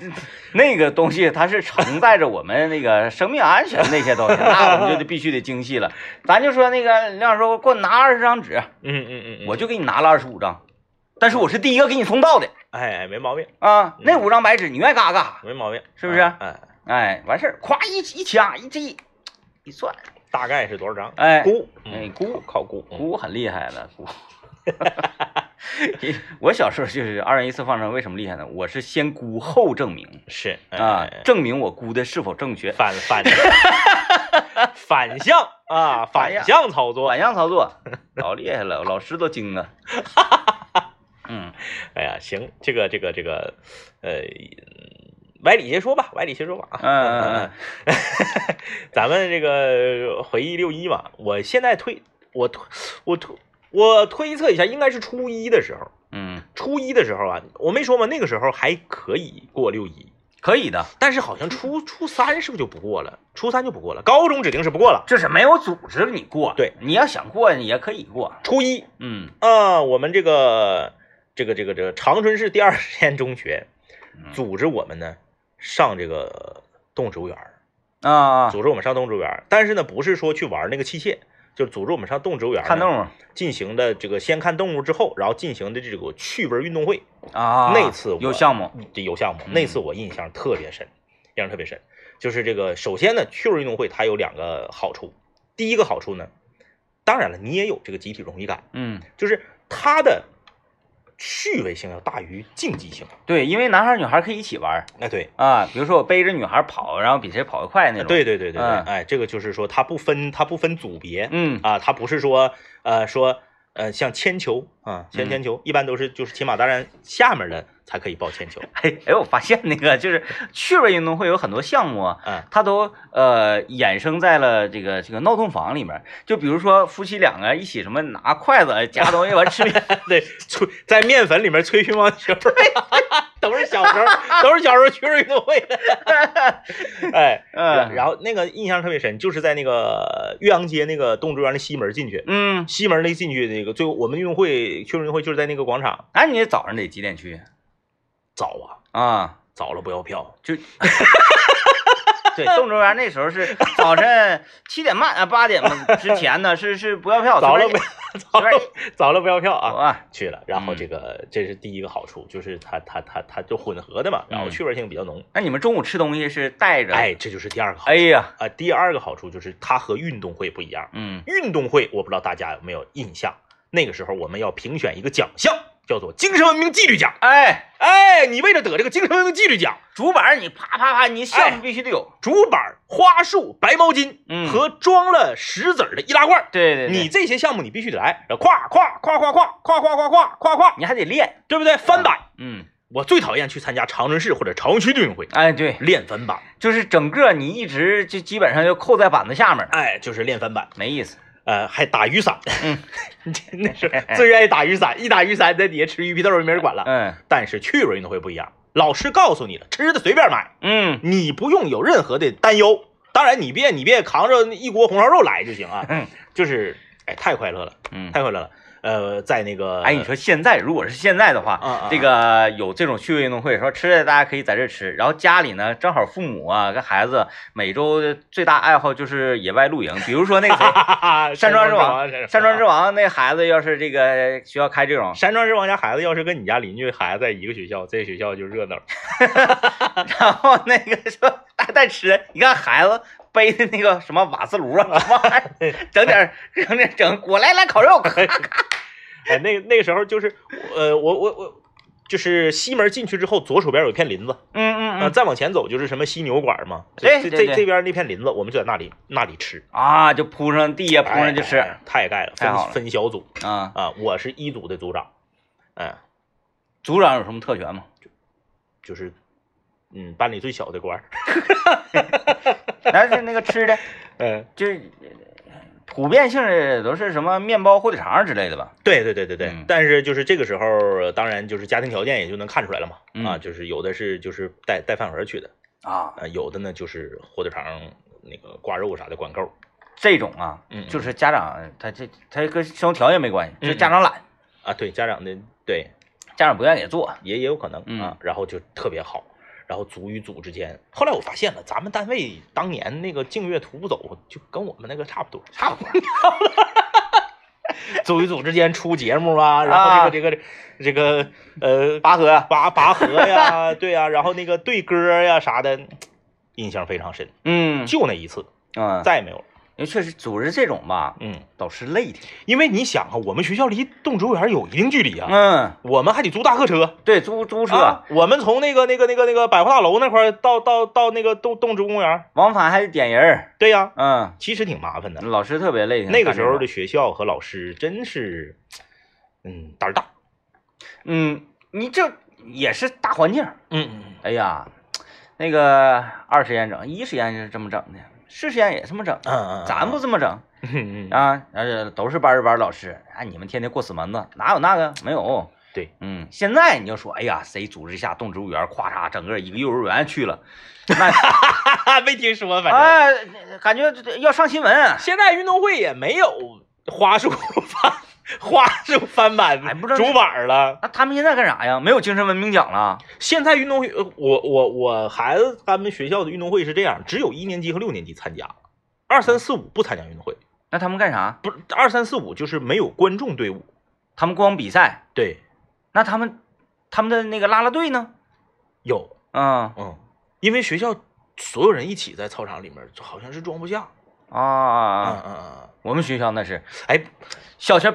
A: 那个东西，它是承载着我们那个生命安全那些东西，那我们就得必须得精细了。咱就说那个梁老师说，给我拿二十张纸，
B: 嗯嗯嗯
A: 我
B: 我
A: 就给你拿了二十五张，但是我是第一个给你送到的
B: 哎哎，没毛病，
A: 啊。那五张白纸你愿意干啥干啥，
B: 没毛病，
A: 是不是
B: 啊哎，
A: 哎，完事儿，咵一一掐一这一一算，
B: 大概是多少张？
A: 哎，
B: 估，
A: 哎
B: 嗯，估靠估，嗯
A: 估很厉害的
B: <laughs>
A: 估。 <laughs> 我小时候就是二元一次方程，为什么厉害呢？我是先估后证明
B: 是哎
A: 啊
B: 哎，哎
A: 证明我估的是否正确。<laughs>
B: 反反反向啊，
A: 反
B: 反
A: 向
B: 向操作
A: 反。向操作， <laughs> 老厉害了，老师都惊
B: <laughs>
A: 了。嗯，
B: 哎呀，行，这个这个这个，呃，歪理邪说吧，歪理邪说吧啊。 <laughs>
A: 嗯嗯
B: 嗯，咱们这个回忆六一嘛，我现在推，我推，我推，我推测一下，应该是初一的时候，
A: 嗯，
B: 初一的时候啊，我没说嘛，那个时候还可以过六一，
A: 可以的，
B: 但是好像初初三是不是就不过了？初三就不过了，高中指定是不过了。
A: 就是没有组织你过，
B: 对，
A: 你要想过你也可以过。
B: 初一
A: 嗯，
B: 啊，我们这个这个这个这个长春市第二实验中学
A: 嗯
B: 组织我们呢上这个动植物园儿，
A: 啊，
B: 组织我们上动植物园儿。但是呢，不是说去玩那个器械，就是组织我们上动植物园呢
A: 看动物
B: 进行的这个先看动物之后，然后进行的这个趣味运动会，
A: 啊，
B: 那次我
A: 有项目，
B: 这有项目，
A: 嗯
B: 那次我印象特别深，印象特别深。就是这个，首先呢，趣味运动会它有两个好处，第一个好处呢，当然了，你也有这个集体荣誉感，
A: 嗯，
B: 就是它的趣味性要大于竞技性。
A: 对，因为男孩儿女孩儿可以一起玩儿
B: 哎，对，
A: 啊，比如说我背着女孩儿跑，然后比谁跑得快那种，，
B: 对对对对对，
A: 嗯
B: 哎，这个就是说它不分它不分组别，
A: 嗯，
B: 啊，它不是说呃说呃像铅球啊，像
A: 嗯
B: 铅球、一般都是就是骑马达人下面的才可以报铅球， <laughs>
A: 哎哎，我发现那个就是趣味运动会有很多项目啊，
B: 嗯
A: 它都呃衍生在了这个这个闹洞房里面，就比如说夫妻两个一起什么拿筷子哎夹东西完吃
B: <laughs>
A: 面，
B: 对，吹在面粉里面吹乒乓球， <laughs> 都是小时候都是小时候趣味运动会
A: <laughs>
B: 的，哎，
A: 嗯
B: 然后那个印象特别深，就是在那个岳阳街那个动物园的西门进去。
A: 嗯，
B: 西门那进去那个最后我们运动会趣味运动会就是在那个广场，
A: 那哎你早上得几点去
B: 早啊
A: 啊？
B: 早了不要票， <laughs>
A: 就对，动植物园那时候是早晨七点半啊八点嘛之前呢，是是不要票，
B: 早了
A: 哦随
B: 不
A: 便
B: 要 <laughs> 早了早了不要票啊，
A: 走啊，
B: 去了，然后这
A: 嗯
B: 个这是第一个好处，就是它它它它就混合的嘛，然后
A: 嗯
B: 趣味性比较浓。
A: 那你们中午吃东西是带着？
B: 哎，，这就是第二个好
A: 哎
B: 处
A: 呀，
B: 啊。第二个好处就是它和运动会不一样，
A: 嗯，
B: 运动会我不知道大家有没有印象，那个时候我们要评选一个奖项，叫做精神文明纪律奖。
A: 哎，
B: 哎，你为了得这个精神文明纪律奖，
A: 主板儿你啪啪啪，你项
B: 哎
A: 目必须得有。
B: 竹板、花束、白毛巾
A: 嗯
B: 和装了石子儿的易拉罐儿，
A: 对对对，
B: 你这些项目你必须得来，呃然后咵咵咵咵咵咵咵咵咵咵咵，
A: 你还得练，
B: 对不对？翻板。
A: 嗯，
B: 我最讨厌去参加长春市或者朝阳区的运动会，
A: 哎对，
B: 练翻板，
A: 就是整个你一直就基本上就扣在板子下面，
B: 哎，就是练翻板，
A: 没意思。
B: 呃，还打雨伞，
A: 嗯，
B: <laughs> 那是最愿意打雨伞，一打雨伞在底下吃鱼皮豆儿没人管了。
A: 嗯
B: 但是趣味运动会不一样，老师告诉你了，吃的随便买，
A: 嗯，
B: 你不用有任何的担忧。当然，你别你别扛着一锅红烧肉来就行啊，
A: 嗯
B: 就是哎，太快乐了，
A: 嗯
B: 太快乐了。呃，在那个， <laughs>
A: 哎，你说现在如果是现在的话，
B: 啊啊啊
A: 这个有这种趣味运动会，说吃的大家可以在这吃，然后家里呢正好父母啊跟孩子每周最大爱好就是野外露营，比如说那个谁山庄之王， <laughs> 山庄之
B: 王，
A: 王那孩子要是这个学校开这种，
B: 山庄之王家孩子要是跟你家邻居孩子在一个学校，这学校就热闹了。
A: 然后那个说还带吃，你看孩子背的那个什么瓦斯炉啊，什么玩意儿，整点儿整点儿整果来来烤肉，嗯
B: 哎，那那个时候就是，呃，我我我，就是西门进去之后，左手边有一片林子，
A: 嗯嗯
B: 呃，
A: 嗯
B: 再往前走就是什么犀牛馆嘛，
A: 对对
B: 这这
A: 对
B: 这边那片林子，我们就在那里那里吃，
A: 啊，就铺上地呀，铺上就
B: 哎
A: 吃
B: 哎太盖了，
A: 太好
B: 分
A: 了
B: 分小组
A: 啊。
B: 啊，我是一组的组长，嗯，
A: 组长有什么特权吗？
B: 就是嗯班里最小的
A: <laughs>
B: 官儿，
A: 但 <laughs> 是那个吃的。
B: 嗯，
A: 就是呃普遍性的都是什么面包、火腿肠之类的吧？
B: 对对对对对，
A: 嗯
B: 但是就是这个时候，呃当然就是家庭条件也就能看出来了嘛，啊，
A: 嗯
B: 就是有的是就是带带饭盒去的，
A: 啊，
B: 啊，有的呢就是火腿肠那个挂肉啥的管够，
A: 这种啊，
B: 嗯嗯
A: 就是家长他这他跟生活条件没关系，
B: 嗯
A: 就是家长懒，
B: 啊，对家长的对
A: 家长不愿意给做。
B: 也也有可能
A: 嗯
B: 啊，然后就特别好，然后组与组之间，后来我发现了，咱们单位当年那个净月徒步走就跟我们那个差不多，差不多， <laughs> 组与组之间出节目啊，然后这个这个这个呃拔河
A: 啊
B: 拔拔河呀，对啊呀、然后那个对歌呀啥的，印象非常深，
A: 嗯
B: 就那一次，
A: 嗯，
B: 再也没有了，
A: 因为确实组织这种吧，
B: 嗯，
A: 导师累挺。
B: 因为你想啊，我们学校离动植物园有一定距离啊，
A: 嗯，
B: 我们还得租大客车。
A: 对，租租车、
B: 啊，我们从那个那个那个那个百货大楼那块儿到到到那个动动植物公园儿，
A: 往返还得点人儿。
B: 对呀，
A: 嗯，
B: 其实挺麻烦的。
A: 老师特别累挺。
B: 那个时候
A: 干这
B: 的
A: 种，
B: 学校和老师真是，嗯，胆儿大。
A: 嗯，你这也是大环境。
B: 嗯嗯
A: 哎呀，那个二实验整，一实验是这么整的，是实验也这么整，
B: 嗯
A: 咱不这么整。
B: 嗯嗯嗯
A: 啊，而且都是班儿班儿老师，哎，你们天天过死门子，哪有那个？没有。
B: 对，
A: 嗯，现在你就说，哎呀，谁组织一下动植物园，咵嚓，整个一个幼儿园去了，那
B: 啊，没听说，反正
A: 哎，感觉这要上新闻啊。
B: 现在运动会也没有花束 <laughs> 翻花束翻板
A: 哎不知道是
B: 竹板儿了。
A: 那他们现在干啥呀？没有精神文明奖了？
B: 现在运动会，呃我我我孩子他们学校的运动会是这样，只有一年级和六年级参加，二三四五不参加运动会。
A: 那他们干啥？
B: 不是二三四五就是没有观众队伍，
A: 他们光比赛，
B: 对，
A: 那他们他们的那个啦啦队呢？
B: 有，
A: 嗯
B: 嗯，因为学校所有人一起在操场里面，好像是装不下，嗯
A: 啊，
B: 嗯嗯
A: 我们学校那是
B: 嗯，哎
A: 小学，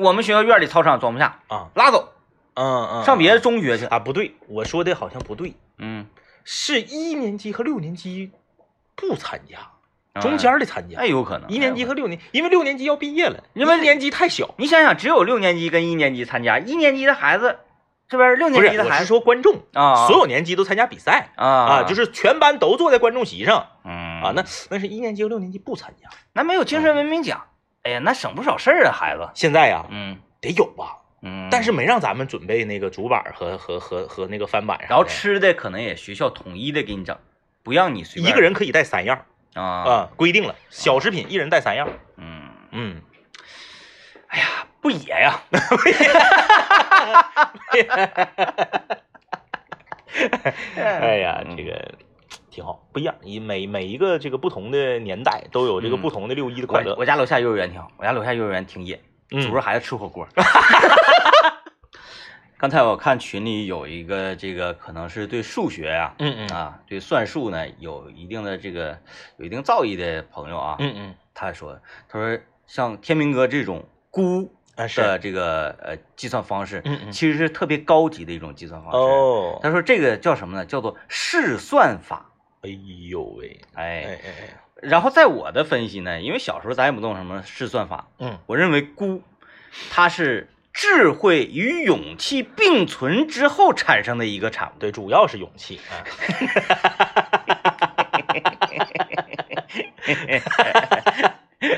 A: 我们学校院里操场装不下，
B: 啊，
A: 拉走，
B: 嗯嗯，
A: 上别的中学去。
B: 啊，不对，我说的好像不对，
A: 嗯，
B: 是一年级和六年级不参加，
A: 啊
B: 中间儿的参加。
A: 那有可能。
B: 一年级
A: 哎有可能
B: 和六年，因为六年级要毕业了，
A: 因为
B: 一年级太小。
A: 你想想，只有六年级跟一年级参加，一年级的孩子这边六
B: 不
A: 年级
B: 是，
A: 的
B: 我
A: 孩
B: 是
A: 子
B: 说观众，
A: 啊，
B: 所有年级都参加比赛
A: 啊
B: 啊，就是全班都坐在观众席上
A: 嗯
B: 啊。那那是一年级和六年级不参加。
A: 那没有精神文明奖，哎呀，那省不少事儿啊，孩子。
B: 现在呀，
A: 嗯
B: 得有吧，
A: 嗯，
B: 但是没让咱们准备那个主板和和和和那个翻板啥的，
A: 然后吃的可能也学校统一的给你整，不让你随
B: 一
A: 便
B: 个人可以带三样
A: 啊，
B: 啊，规定了小食品一人带三样。
A: 嗯，
B: 嗯，
A: 不野呀，
B: 哎呀，
A: 嗯
B: 这个。挺好，不一样。你每每一个这个不同的年代都有这个
A: 嗯
B: 不同的六一的快
A: 我
B: 乐。
A: 我家楼下幼儿园挺好，我家楼下幼儿园挺野，
B: 嗯
A: 组织孩子吃火锅。 <laughs> 刚才我看群里有一个这个可能是对数学呀、
B: 嗯嗯
A: 啊，对算术呢有一定的这个有一定造诣的朋友啊，
B: 嗯嗯
A: 他说他说像天明哥这种估
B: 啊是
A: 的这个呃计算方式，
B: 嗯嗯
A: 其实是特别高级的一种计算方式。
B: 哦，
A: 他说这个叫什么呢？叫做试算法。
B: 哎呦喂，
A: 哎，
B: 哎哎，
A: 然后在我的分析呢，因为小时候咱也不懂什么试算法，
B: 嗯，
A: 我认为估它是智慧与勇气并存之后产生的一个产物。
B: 对，主要是勇气。啊、
A: 哎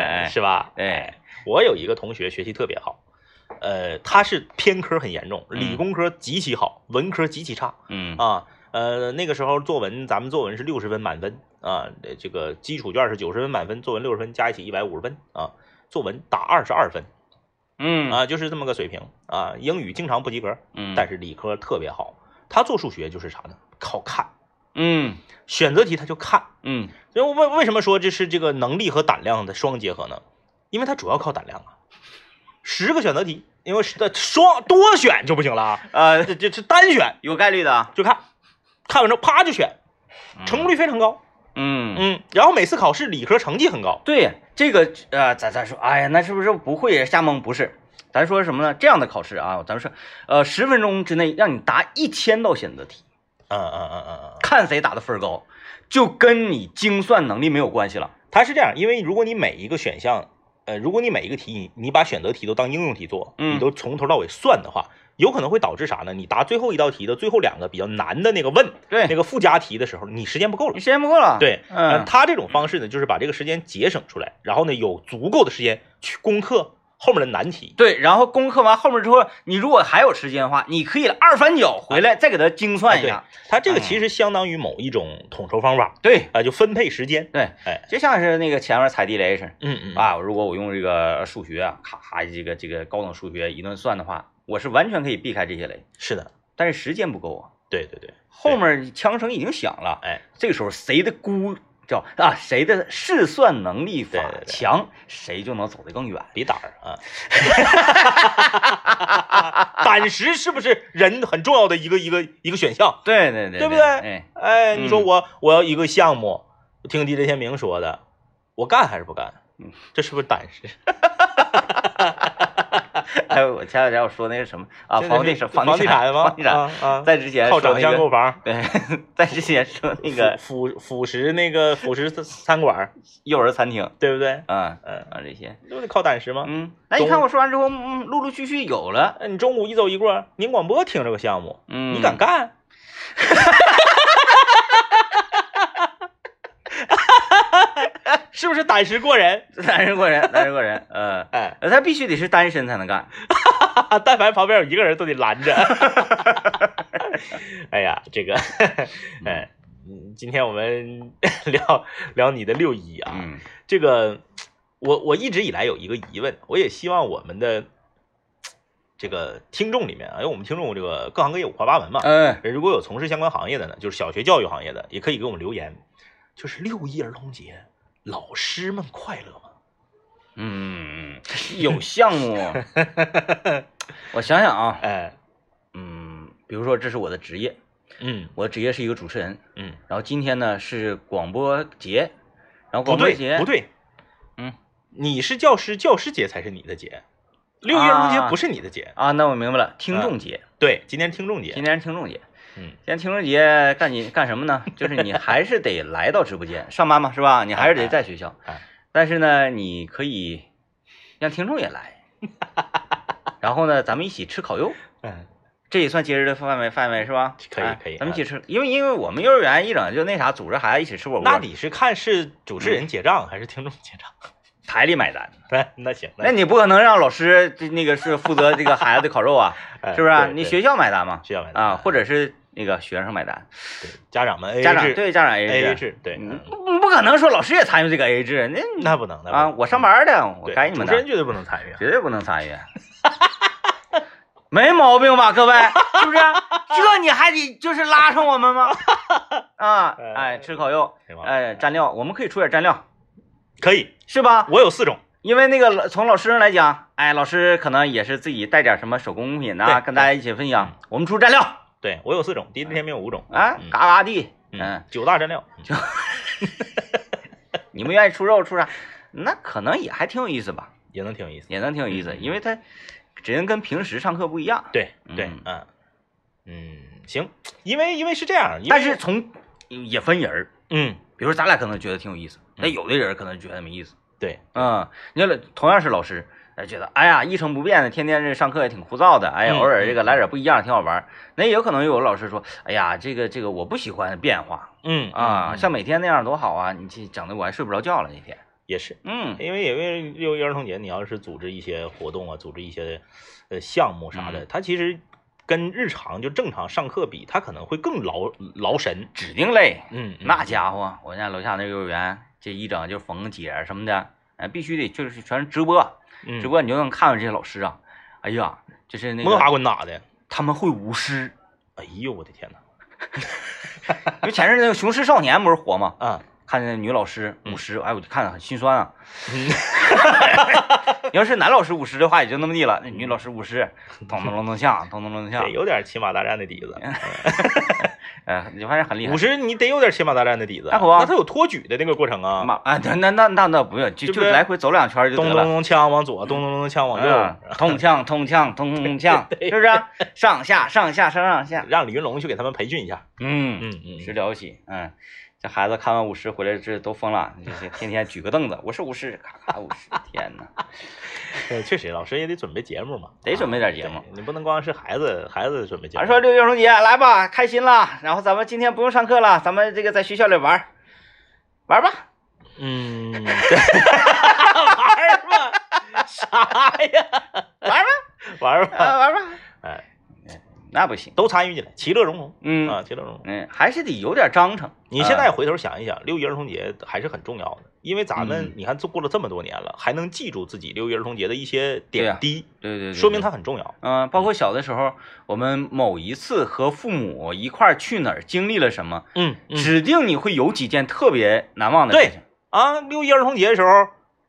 A: 哎
B: 是吧？
A: 哎哎，
B: 我有一个同学学习特别好，呃，他是偏科很严重，理工科极其好，文科极其差
A: 嗯
B: 啊。呃，那个时候作文，咱们作文是六十分满分啊，呃这个基础卷是九十分满分，作文六十分加一起一百五十分啊，作文打二十二分
A: 嗯
B: 啊，就是这么个水平啊。英语经常不及格，
A: 嗯，
B: 但是理科特别好。他做数学就是啥呢？靠看，
A: 嗯
B: 选择题他就看。
A: 嗯
B: 所以我为为什么说这是这个能力和胆量的双结合呢？因为它主要靠胆量啊。十个选择题，因为是呃双多选就不行了啊，
A: 呃
B: 这这是单选
A: 有概率的啊，
B: 就看，看完之后啪就选，成功率非常高。
A: 嗯
B: 嗯，然后每次考试理科成绩很高。
A: 对这个呃，咱咱说，哎呀，那是不是不会瞎蒙？不是，咱说什么呢？这样的考试啊，咱们说，呃，十分钟之内让你答一千道选择题，
B: 嗯嗯嗯嗯嗯，
A: 看谁答的分儿高，就跟你精算能力没有关系了。
B: 它是这样，因为如果你每一个选项，呃，如果你每一个题你你把选择题都当应用题做，
A: 嗯
B: 你都从头到尾算的话，有可能会导致啥呢？你答最后一道题的最后两个比较难的那个 <laughs> 问
A: 对，
B: 那个附加题的时候，你时间不够了
A: 你。时间不够了。
B: 对，呃
A: 嗯，
B: 他这种方式呢，就是把这个时间节省出来，然后呢，有足够的时间去攻克后面的难题。
A: 对，然后攻克完后面之后，你如果还有时间的话，你可以二翻脚回来再给它精算一下。
B: 他这个其实相当于某一种统筹方法
A: 对
B: 啊、就分配时间。
A: 对
B: 哎，
A: 就像是那个前面踩地雷似的。
B: 嗯嗯，
A: 啊，如果我用这个数学啊，咔咔这个这个高等数学一顿算的话，我是完全可以避开这些雷，
B: 是的，
A: 但是时间不够啊。
B: 对对对，
A: 后面枪声已经响了，
B: 哎，
A: 这个时候谁的估叫啊，谁的试算能力
B: 对
A: 法
B: 对对
A: 强，谁就能走得更远。
B: 比胆儿
A: <laughs>
B: 啊，胆识是不是人很重要的一个一个一个选项？
A: 对对对
B: 对
A: 对
B: 不对
A: 哎，
B: 哎，你说
A: 嗯
B: 我、我要一个项目，听地雷天明说的，我干还是不干
A: 嗯？
B: 这是不是胆识？
A: 哎，我前两天我说那个什么啊，房地产，
B: 房
A: 地产，
B: 吗？
A: 房地产，
B: 啊啊，
A: 在之前
B: 靠
A: 说
B: 长
A: 那
B: 相购
A: 个，
B: 房。
A: <laughs> 对，在之前说那
B: <laughs>
A: 个
B: 辅辅辅食那个辅食餐馆儿，
A: 幼儿餐厅，
B: 对不对？
A: 嗯
B: 嗯，
A: 啊这些，
B: 这不得靠胆识吗？
A: 嗯，那你看我说完之后，嗯，陆陆续续有了，
B: 那你中午一走一过，您广播听这个项目，
A: 嗯，
B: 你敢干？ <laughs> 是不是胆识过人？
A: 单身过人，单身过人，嗯，
B: 哎， <laughs>
A: 呃他必须得是单身才能干，
B: 但凡旁边有一个人都得拦着。 <laughs> 哎呀，这个， <laughs> 哎，嗯今天我们 <laughs> 聊聊你的六一啊，
A: 嗯
B: 这个，我我一直以来有一个疑问，我也希望我们的这个听众里面啊，因为我们听众这个各行各业五花八门嘛，
A: 嗯，
B: 如果有从事相关行业的呢，就是小学教育行业的，也可以给我们留言，就是六一儿童节，老师们快乐吗？
A: 嗯，有项目，啊
B: <laughs>
A: 我想想啊，
B: 哎，
A: 嗯，比如说这是我的职业，
B: 嗯
A: 我的职业是一个主持人，
B: 嗯，
A: 然后今天呢是广播节，然后
B: 不
A: 广播
B: 对
A: 节
B: 不对，
A: 嗯，
B: 你是教师，教师节才是你的节，六一儿童节
A: 啊
B: 不是你的节。
A: 啊，那我明白了，听
B: 啊
A: 众节，
B: 对，今天听众节
A: 今，天是听众节，
B: 嗯，
A: 今天听众节干你干什么呢？就是你还是得来到直播间上班嘛，是吧？你还是得在学校
B: 哎哎，
A: 但是呢，你可以让听众也
B: <laughs>
A: 来，然后呢，咱们一起吃烤肉。
B: 嗯，
A: 这也算节日的范围范围是吧？
B: 可以
A: 哎
B: 可以啊
A: 咱们一起吃，因为因为我们幼儿园一整就那啥，组织孩子一起吃火锅，
B: 那你是看是主持人结账还是听众结账？
A: 台里买单，
B: <laughs> 那那行，
A: 那你不可能让老师这那个是负责这个孩子的烤肉啊，
B: 哎
A: 是不是啊？
B: 对
A: 你
B: 对
A: 学校买单嘛，
B: 学校买单
A: 啊，或者是那个学生买单，
B: 对家长们 A
A: 家长对家长
B: A
A: A
B: A
A: 制，
B: 制，对，
A: 嗯
B: 嗯
A: 不不可能说老师也参与这个 A 制，那
B: 那不能的
A: 啊，我上班的，我
B: 对
A: 该你们
B: 主持人
A: 的，
B: 绝对不能参与啊。
A: 绝对不能参与。没毛病吧，各位，是不是？这你还得就是拉上我们吗？
B: <laughs>
A: 啊，哎，吃烤肉，
B: 对吧
A: 哎，蘸料，我们可以出点蘸料，
B: 可以，
A: 是吧？
B: 我有四种，
A: 因为那个从老师上来讲，哎，老师可能也是自己带点什么手工品呐、
B: 对嗯
A: 跟大家一起分享。我们出蘸料，
B: 对我有四种，第一天命有五种，
A: 啊，
B: 嗯
A: 嘎嘎地，
B: 嗯
A: 嗯，，
B: 九大蘸料，嗯
A: 你们愿意出肉出啥，那可能也还挺有意思吧，
B: 也能挺有意思。
A: 也能挺有意思，
B: 嗯
A: 因为它只能跟平时上课不一样。
B: 对对，嗯嗯，行，因为因为是这样，因为
A: 但是从也分人儿，
B: 嗯，
A: 比如说咱俩可能觉得挺有意思，那
B: 嗯
A: 有的人可能觉得没意思。
B: 对，
A: 嗯，你看，同样是老师，哎，觉得哎呀一成不变的，天天这上课也挺枯燥的，哎呀，
B: 嗯
A: 偶尔这个
B: 嗯
A: 来点不一样，挺好玩儿。那也有可能有老师说，哎呀，这个这个我不喜欢变化
B: 嗯
A: 啊，
B: 嗯
A: 像每天那样多好啊，你这整的我还睡不着觉了那天。
B: 也是。
A: 嗯，
B: 因为因为六一儿童节，你要是组织一些活动啊，组织一些呃项目啥的，
A: 嗯
B: 它其实跟日常就正常上课比，它可能会更劳劳神。
A: 指定累，
B: 嗯，嗯
A: 那家伙，我家楼下那幼儿园这一整就逢节什么的，哎，必须得就是全是直播，
B: 嗯
A: 直播你就能看到这些老师啊，哎呀，就是那
B: 摸爬
A: 个
B: 滚打的。
A: 他们会舞狮，
B: 哎呦，我的天哪！
A: 因为前阵子那个《雄狮少年》不是火吗？
B: 啊，
A: 看见女老师
B: 嗯
A: 舞狮，哎，我就看着很心酸啊。
B: 嗯
A: <laughs> 你要是男老师舞狮的话，也就那么地了。那女老师舞狮，咚咚隆咚锵，咚咚隆咚
B: 这
A: 锵，
B: 有点骑马大战的底子。
A: 嗯哎，你发现很厉害
B: 五。十你得有点骑马大战的底子。
A: 大伙啊
B: 那他有托举的那个过程啊，
A: 妈啊，那那那那那不用，就
B: 对不
A: 就
B: 对
A: 来回走两圈就
B: 咚
A: 得
B: 咚
A: 了。
B: 咚锵往左，咚咚咚锵往右，
A: 嗯，咚
B: <laughs>
A: 锵咚锵咚咚锵，是不是啊？上下上下上上下，
B: 让李云龙去给他们培训一下。
A: 嗯，
B: 嗯嗯
A: 是了不起，嗯。这孩子看完舞狮回来，这都疯了，这些天天举个凳子，我是舞狮，咔咔舞狮，天哪，
B: 对，确实，老师也得准备节目嘛，啊
A: 得准备点节
B: 对
A: 目。
B: 你不能光是孩子孩子准备节目。
A: 还说六一儿童节来吧，开心啦！然后咱们今天不用上课了，咱们这个在学校里玩儿，玩儿吧。
B: <laughs> 嗯，玩儿吧，啥呀？
A: 玩儿吧，
B: 玩儿
A: 啊、
B: 吧，
A: 玩儿吧，
B: 哎，
A: 那不行，
B: 都参与进来，其乐融融
A: 嗯、
B: 啊，其乐融融。
A: 嗯，还是得有点章程。
B: 你现在
A: 啊
B: 回头想一想，六一儿童节还是很重要的，因为咱们
A: 嗯
B: 你看，都过了这么多年了，还能记住自己六一儿童节的一些
A: 对
B: 点
A: 啊
B: 滴，
A: 对对对，
B: 说明
A: 他
B: 它很重要。
A: 嗯、包括小的时候，我们某一次和父母一块儿去哪儿，经历了什么，
B: 嗯，
A: 指定你会有几件特别难忘的
B: 对
A: 事情。
B: 啊，六一儿童节的时候，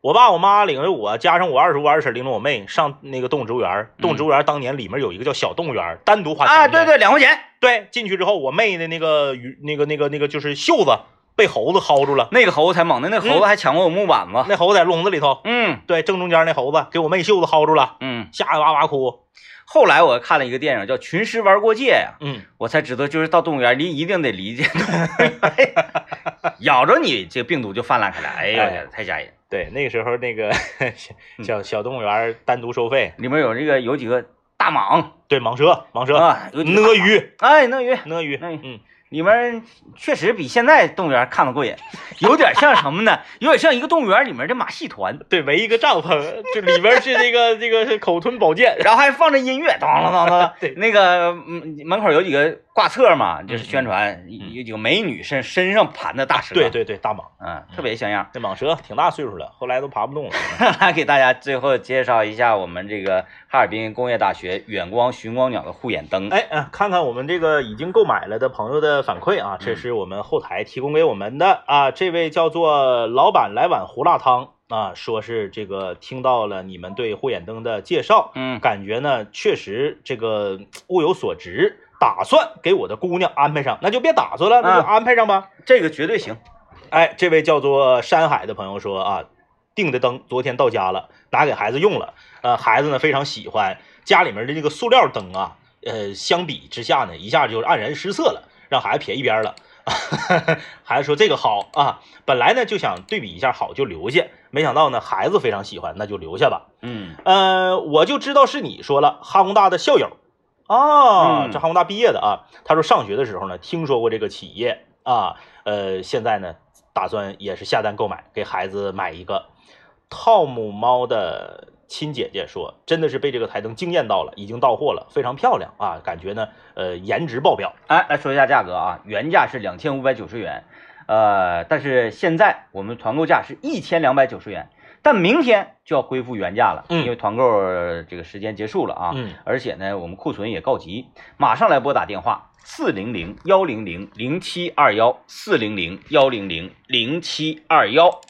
B: 我爸我妈领着我，加上我二叔我二婶领着我妹上那个动物植物园儿。动物植物园儿当年里面有一个叫小动物园儿，单独花钱
A: 啊，
B: 的
A: 对对，两块钱，
B: 对，进去之后，我妹的那个鱼，那个那个那个就是袖子被猴子薅住了，
A: 那个猴子才猛呢，那
B: 嗯
A: 猴子还抢过我木板子。
B: 那猴子在笼子里头，
A: 嗯
B: 对，正中间那猴子给我妹袖子薅住了，
A: 嗯，
B: 吓得哇哇哭。
A: 后来我看了一个电影叫《群狮玩过界》呀、
B: 嗯，
A: 我才知道，就是到动物园离一定得离近， <laughs> 咬着你这病毒就泛滥开来。哎呦我
B: 哎
A: 天，太吓人！
B: 对，那个时候那个小
A: 嗯
B: 小小动物园儿单独收费，
A: 里面有这个有几个大蟒
B: 对，蟒蛇、蟒蛇、
A: 啊，有几个
B: 鳄鱼、
A: 哎，鳄鱼
B: 鳄鱼，
A: 鳄鱼
B: 嗯，
A: 里面确实比现在动物园看的过瘾，有点像什么呢？有点像一个动物园里面的马戏团，
B: 对，围一个帐篷，就里边是那个这个是口吞宝
A: <laughs>
B: 剑，
A: 然后还放着音乐，当当当当。
B: <laughs> 对嗯
A: 那个嗯门口有几个挂册嘛，就是宣传，有几个美女身身上盘的大蛇，
B: 对，对对，大蟒，
A: 嗯，特别像样。
B: 那蟒蛇挺大岁数了，后来都爬不动了。
A: 来 <laughs> 给大家最后介绍一下我们这个哈尔滨工业大学远光寻光鸟的护眼灯。
B: 哎，嗯，看看我们这个已经购买了的朋友的反馈啊，
A: 嗯
B: 这是我们后台提供给我们的啊。这位叫做老板来碗胡辣汤啊，说是这个听到了你们对护眼灯的介绍，
A: 嗯，
B: 感觉呢确实这个物有所值，打算给我的姑娘安排上，那就别打算了，那就
A: 啊
B: 安排上吧。
A: 这个绝对行。
B: 哎，这位叫做山海的朋友说啊，订的灯昨天到家了，拿给孩子用了，呃，孩子呢非常喜欢，家里面的这个塑料灯啊，呃，相比之下呢，一下就黯然失色了，让孩子撇一边了。 <laughs> 孩子说这个好啊，本来呢就想对比一下好就留下，没想到呢孩子非常喜欢，那就留下吧。
A: 嗯
B: 呃，我就知道是你说了，哈工大的校友啊，
A: 嗯
B: 这哈工大毕业的啊，他说上学的时候呢，听说过这个企业啊，呃，现在呢，打算也是下单购买，给孩子买一个。套姆猫的亲姐姐说，真的是被这个台灯惊艳到了，已经到货了，非常漂亮啊，感觉呢，呃，颜值爆表。
A: 哎，来说一下价格啊，原价是两千五百九十元，呃，但是现在我们团购价是一千两百九十元，但明天就要恢复原价了，
B: 嗯
A: 因为团购呃这个时间结束了啊，
B: 嗯，
A: 而且呢，我们库存也告急，马上来拨打电话四零零幺零零零七二幺四零零幺零零零七二幺